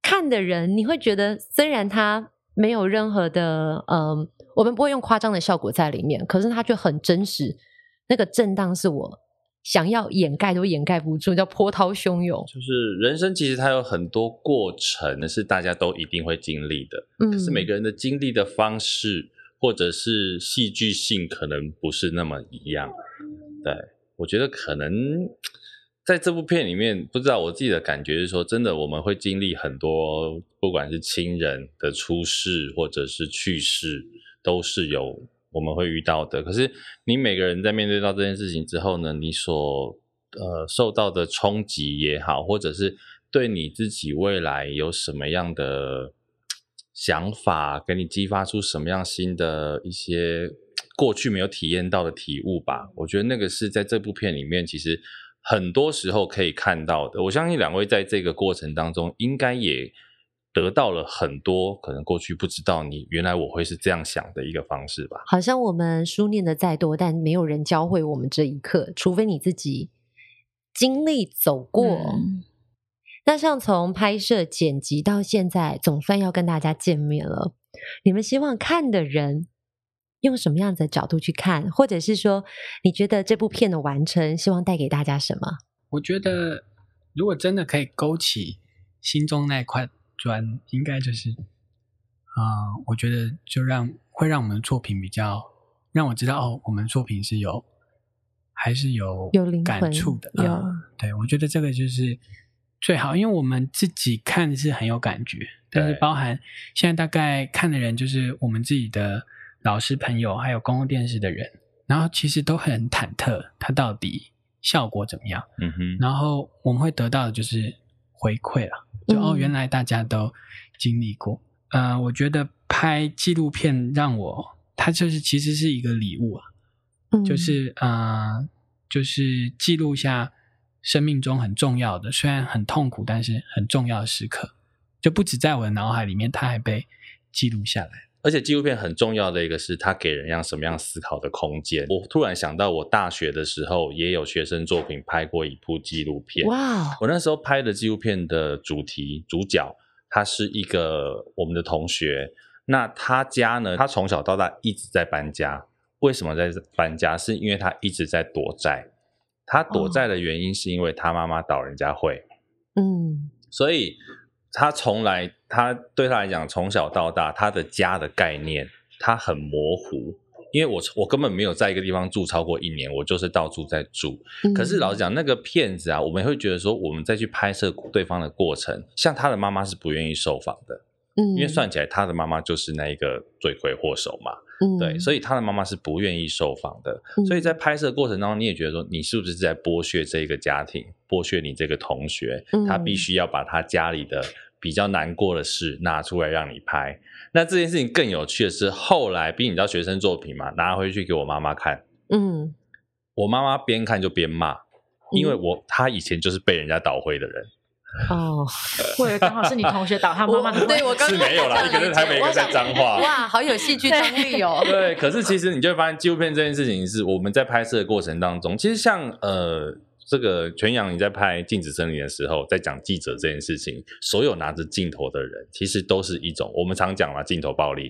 看的人你会觉得，虽然他没有任何的嗯，我们不会用夸张的效果在里面，可是它却很真实，那个震荡是我想要掩盖都掩盖不住，叫波涛汹涌。
就是人生其实它有很多过程是大家都一定会经历的，
嗯，
可是每个人的经历的方式或者是戏剧性可能不是那么一样。对，我觉得可能在这部片里面，不知道我自己的感觉是说，真的我们会经历很多，不管是亲人的出事或者是去世，都是有我们会遇到的。可是你每个人在面对到这件事情之后呢，你所呃受到的冲击也好，或者是对你自己未来有什么样的想法，给你激发出什么样新的一些过去没有体验到的体悟吧。我觉得那个是在这部片里面，其实很多时候可以看到的。我相信两位在这个过程当中，应该也。得到了很多可能过去不知道你原来我会是这样想的一个方式吧。
好像我们书念的再多，但没有人教会我们这一刻，除非你自己经历走过。
嗯
那像从拍摄、剪辑到现在，总算要跟大家见面了。你们希望看的人用什么样子的角度去看，或者是说，你觉得这部片的完成，希望带给大家什么？
我觉得如果真的可以勾起心中那块砖，应该就是，啊、我觉得就让会让我们的作品比较让我知道哦，我们作品是有还是有
有灵
感
魂
触的，
有
嗯对，我觉得这个就是最好，因为我们自己看是很有感觉，但是
对
包含现在大概看的人就是我们自己的老师朋友，还有公共电视的人，然后其实都很忐忑，它到底效果怎么样。
嗯哼，
然后我们会得到的就是回馈了，就、哦，
嗯
原来大家都经历过。呃，我觉得拍纪录片让我，它就是其实是一个礼物啊，
嗯
就是呃，就是记录下生命中很重要的，虽然很痛苦，但是很重要的时刻，就不止在我的脑海里面，它还被记录下来。
而且纪录片很重要的一个是，它给人让什么样思考的空间。我突然想到，我大学的时候也有学生作品拍过一部纪录片。
哇，哦
我那时候拍的纪录片的主题主角，他是一个我们的同学。那他家呢？他从小到大一直在搬家。为什么在搬家？是因为他一直在躲债。他躲债的原因是因为他妈妈导人家会。
嗯
所以他从来，他对他来讲，从小到大，他的家的概念他很模糊，因为我我根本没有在一个地方住超过一年，我就是到处在住。
嗯
可是老实讲，那个骗子啊，我们会觉得说，我们再去拍摄对方的过程，像他的妈妈是不愿意受访的，
嗯
因为算起来，他的妈妈就是那一个罪魁祸首嘛。对，
以
所以他的妈妈是不愿意受访的
嗯。
所以在拍摄过程当中，你也觉得说，你是不是在剥削这个家庭，剥削你这个同学
嗯？
他必须要把他家里的比较难过的事拿出来让你拍。那这件事情更有趣的是，后来毕竟你知道学生作品嘛，拿回去给我妈妈看，
嗯
我妈妈边看就边骂，因为我她以前就是被人家倒灰的人。 *laughs*
哦，
我以为刚好是你同学导他妈妈的
我对
会
我刚
是没有啦
刚
一个在台北一个在彰化
哇，好有戏剧张力 *laughs* 哦。
啊 *laughs* 对，可是其实你就会发现，纪录片这件事情是我们在拍摄的过程当中，其实像呃，这个全阳你在拍《禁止森林》的时候，在讲记者这件事情，所有拿着镜头的人，其实都是一种我们常讲嘛，镜头暴力。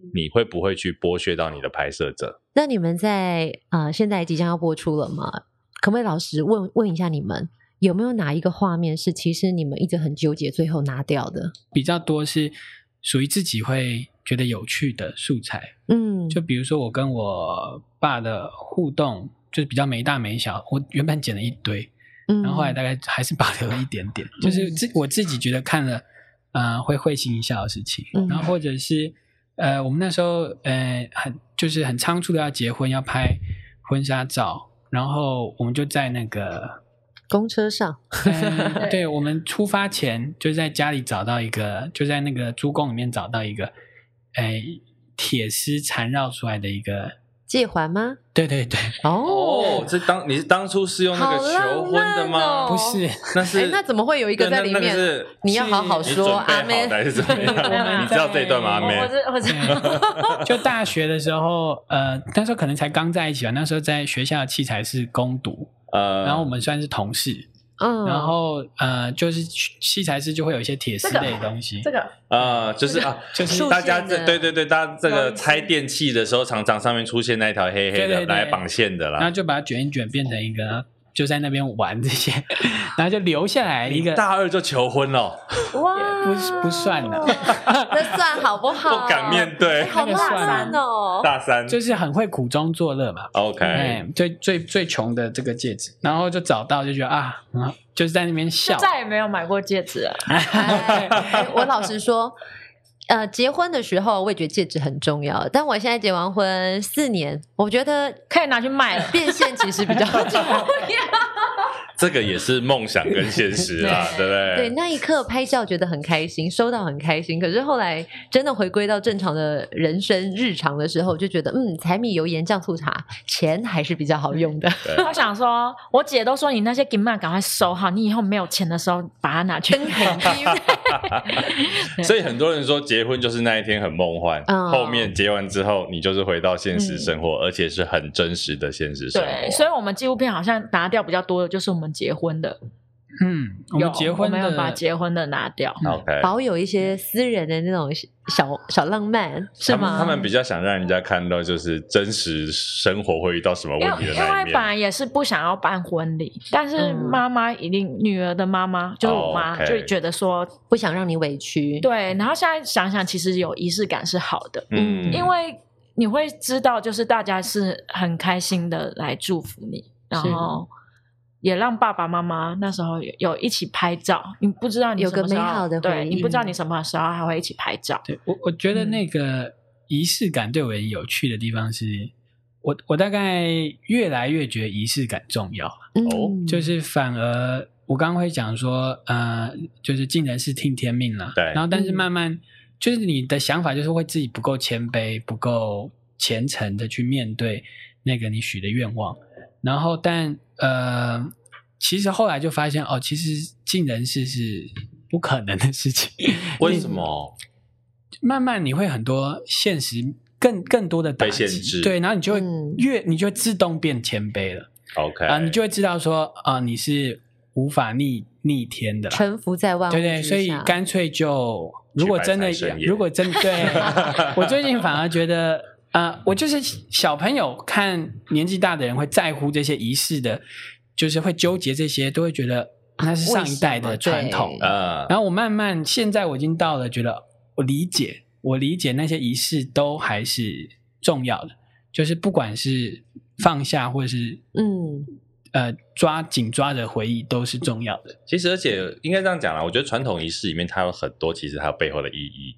嗯
你会不会去剥削到你的拍摄者？
那你们在呃，现在即将要播出了吗？可不可以老实问问一下你们，有没有哪一个画面是其实你们一直很纠结，最后拿掉的？
比较多是属于自己会觉得有趣的素材，
嗯，
就比如说我跟我爸的互动，就是比较没大没小。我原本剪了一堆，
嗯
然后后来大概还是保留了一点点，就是自我自己觉得看了，呃，会会心一笑的事情。
嗯
然后或者是呃，我们那时候呃很就是很仓促的要结婚，要拍婚纱照，然后我们就在那个。
公车上，
嗯，对，我们出发前就在家里找到一个，就在那个猪宫里面找到一个，哎，铁丝缠绕出来的一个
借还吗？
对对对，
哦
哦，，
这当你是当初是用那个求婚的吗？
好浪漫哦
*laughs*
不是，
那是
哎那怎么会有一个在里面
对那那个是
你要好好
你
说
准备
阿
好
妹
的还是怎么
*laughs*
样？你知道这一段吗？阿
我我
妹
知我知道，
对就大学的时候，呃，那时候可能才刚在一起吧，那时候在学校的器材是攻读，
嗯
呃，
然后我们算是同事，
嗯，
然后呃，就是器材室就会有一些铁丝类的东西，
这个
啊、就是啊，
就是
大家
竖线
这
的
对对对，大家这
有
个
一只
拆电器的时候，常常上面出现那一条黑黑的
对对对
来绑线的
然后
啦。
就把它卷一卷，变成一个就在那边玩这些， *laughs* 然后就留下来一个，
大二就求婚
哦
了，
哇，
不是不算了，
*laughs* 那算好不好？
不敢面对
哎，好
那个
浪
算
漫哦。
大三
就是很会苦中作乐嘛。
OK，
哎，最最最穷的这个戒指，然后就找到就觉得啊，嗯就是在那边
就
笑，
再也没有买过戒指了。
哎哎我老实说，呃，结婚的时候我也觉得戒指很重要，但我现在结完婚四年，我觉得
可以拿去卖了，
变现其实比较重要。
这个也是梦想跟现实啦，对不对？
对，那一刻拍照觉得很开心，收到很开心。可是后来真的回归到正常的人生日常的时候，就觉得嗯，柴米油盐酱醋茶，钱还是比较好用的。
我想说，我姐都说你那些金曼赶快收好，你以后没有钱的时候把它拿去。
灯红低灭
所以很多人说结婚就是那一天很梦幻，
嗯
后面结完之后你就是回到现实生活，而且是很真实的现实
嗯
生
对，
活。
所以我们纪录片好像拿掉比较多的就是我们结婚的，
嗯，我
有
们结婚
我们
的
有把结婚的拿掉。
嗯
OK，
保有一些私人的那种小小浪漫，是
他们
吗？
他们比较想让人家看到就是真实生活会遇到什么
因
问
为
题的
因
那一
为本
面。
来也是不想要办婚礼，但是
嗯
妈妈一定女儿的妈妈就是我妈、
哦，OK
就觉得说
不想让你委屈。
对，然后现在想想其实有仪式感是好的，
嗯
因为你会知道就是大家是很开心的来祝福你，然后也让爸爸妈妈那时候有有一起拍照，你不知道你
有个
什么时候
美好的回
对
忆
你不知道你什么时候还会一起拍照，
对我，我觉得那个仪式感对我很有趣的地方是，我我大概越来越觉得仪式感重要，
嗯，
哦
就是反而我刚刚会讲说，呃，就是尽人事听天命啦。
对
然后，但是慢慢、就是你的想法就是会自己不够谦卑，不够虔诚的去面对那个你许的愿望。然后但呃，其实后来就发现哦，其实尽人事是不可能的事情。
*laughs* 为什么？
慢慢你会很多现实更更多的打
被限
击
制
对，然后你就会
嗯
越、你就会自动变谦卑了
？OK，
啊、你就会知道说啊、你是无法逆逆天的啦，
臣服在万物
对对，
之
所以
下
干脆就如
去
果
拜
真的
财神爷
如果真对
*laughs*
我最近反而觉得啊、呃我就是小朋友看年纪大的人会在乎这些仪式的，就是会纠结这些，都会觉得那是上一代的传
为什。
统
么
呃，
然后我慢慢现在我已经到了，觉得我理解，我理解那些仪式都还是重要的，就是不管是放下或者是
嗯，
呃抓紧抓着回忆都是重要的。
其实而且应该这样讲啦，我觉得传统仪式里面它有很多，其实它有背后的意义。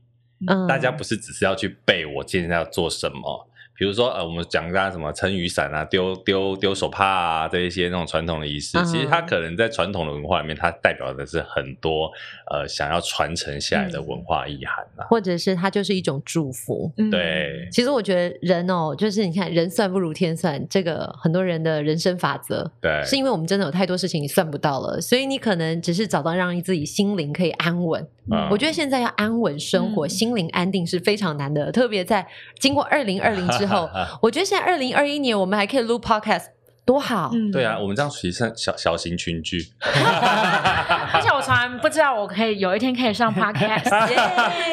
嗯
大家不是只是要去背我今天要做什么，比如说呃，我们讲大家什么撑雨伞啊、丢丢丢手帕啊这一些那种传统的仪式，
嗯
其实它可能在传统的文化里面，它代表的是很多呃想要传承下来的文化意涵啊。
或者是它就是一种祝福。
嗯，
对，
其实我觉得人哦，就是你看人算不如天算，这个很多人的人生法则，
对，
是因为我们真的有太多事情你算不到了，所以你可能只是找到让自己心灵可以安稳。
嗯
我觉得现在要安稳生活、
嗯
心灵安定是非常难的，特别在经过二零二零之
*laughs*
后，我觉得现在二零二一年我们还可以录 podcast，多好！
嗯
对啊，我们这样其实像小小型群聚，
*laughs* 而且我从来不知道我可以有一天可以上
*laughs*
podcast，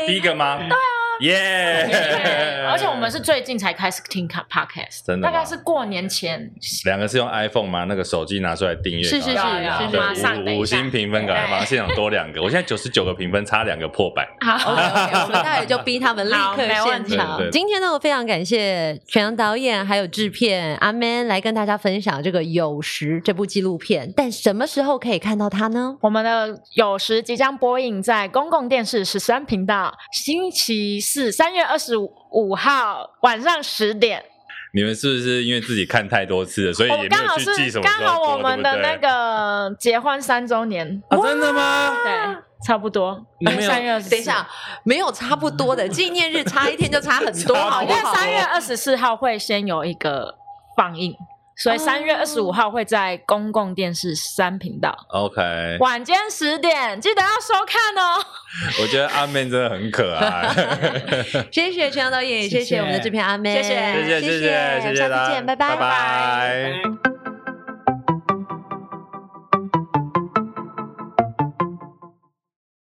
第一个吗？对啊，耶！
而且我们是最近才开始听 podcast，
真的
大
吗
概是过年前。
两个是用 iPhone 吗？那个手机拿出来订阅，
是是是
赶快
是是
对
马上等一
五五
下
星评分，赶快马上现场多两个。我现在九十九个评分，差两个破百。
好
哦 OK，我们待会就逼他们立
好
刻
没问
现
题
场
对对。对
今天呢，我非常感谢全阳导演还有制片阿 Man 来跟大家分享这个《有时》这部纪录片，但什么时候可以看到它呢？
我们的有时即将播映在公共电视十三频道，星期四三月二十五号晚上十点。
你们是不是因为自己看太多次了，所以
我
也
们
没
刚
有
好
去记什
是
么
刚
时候
好
播
我们的那
对不对
个结婚三周年，
啊，真的吗？
对，差不多
你们。有
三月24
等一下，没有差不多的，纪念日差一天就差很多，
差
好
因
不
不
为
多
好？
三月二十四号会先有一个放映，所以三月
哦
二十五号会在公共电视三频道。
OK，
晚间十点，记得要收看哦。
我觉得阿妹真的很
*laughs*
可爱。
谢谢全阳导演，也谢
谢谢
谢我们的制片阿 Man，
谢谢
谢谢谢
谢
谢谢
下
谢
次
大家，
见，
拜。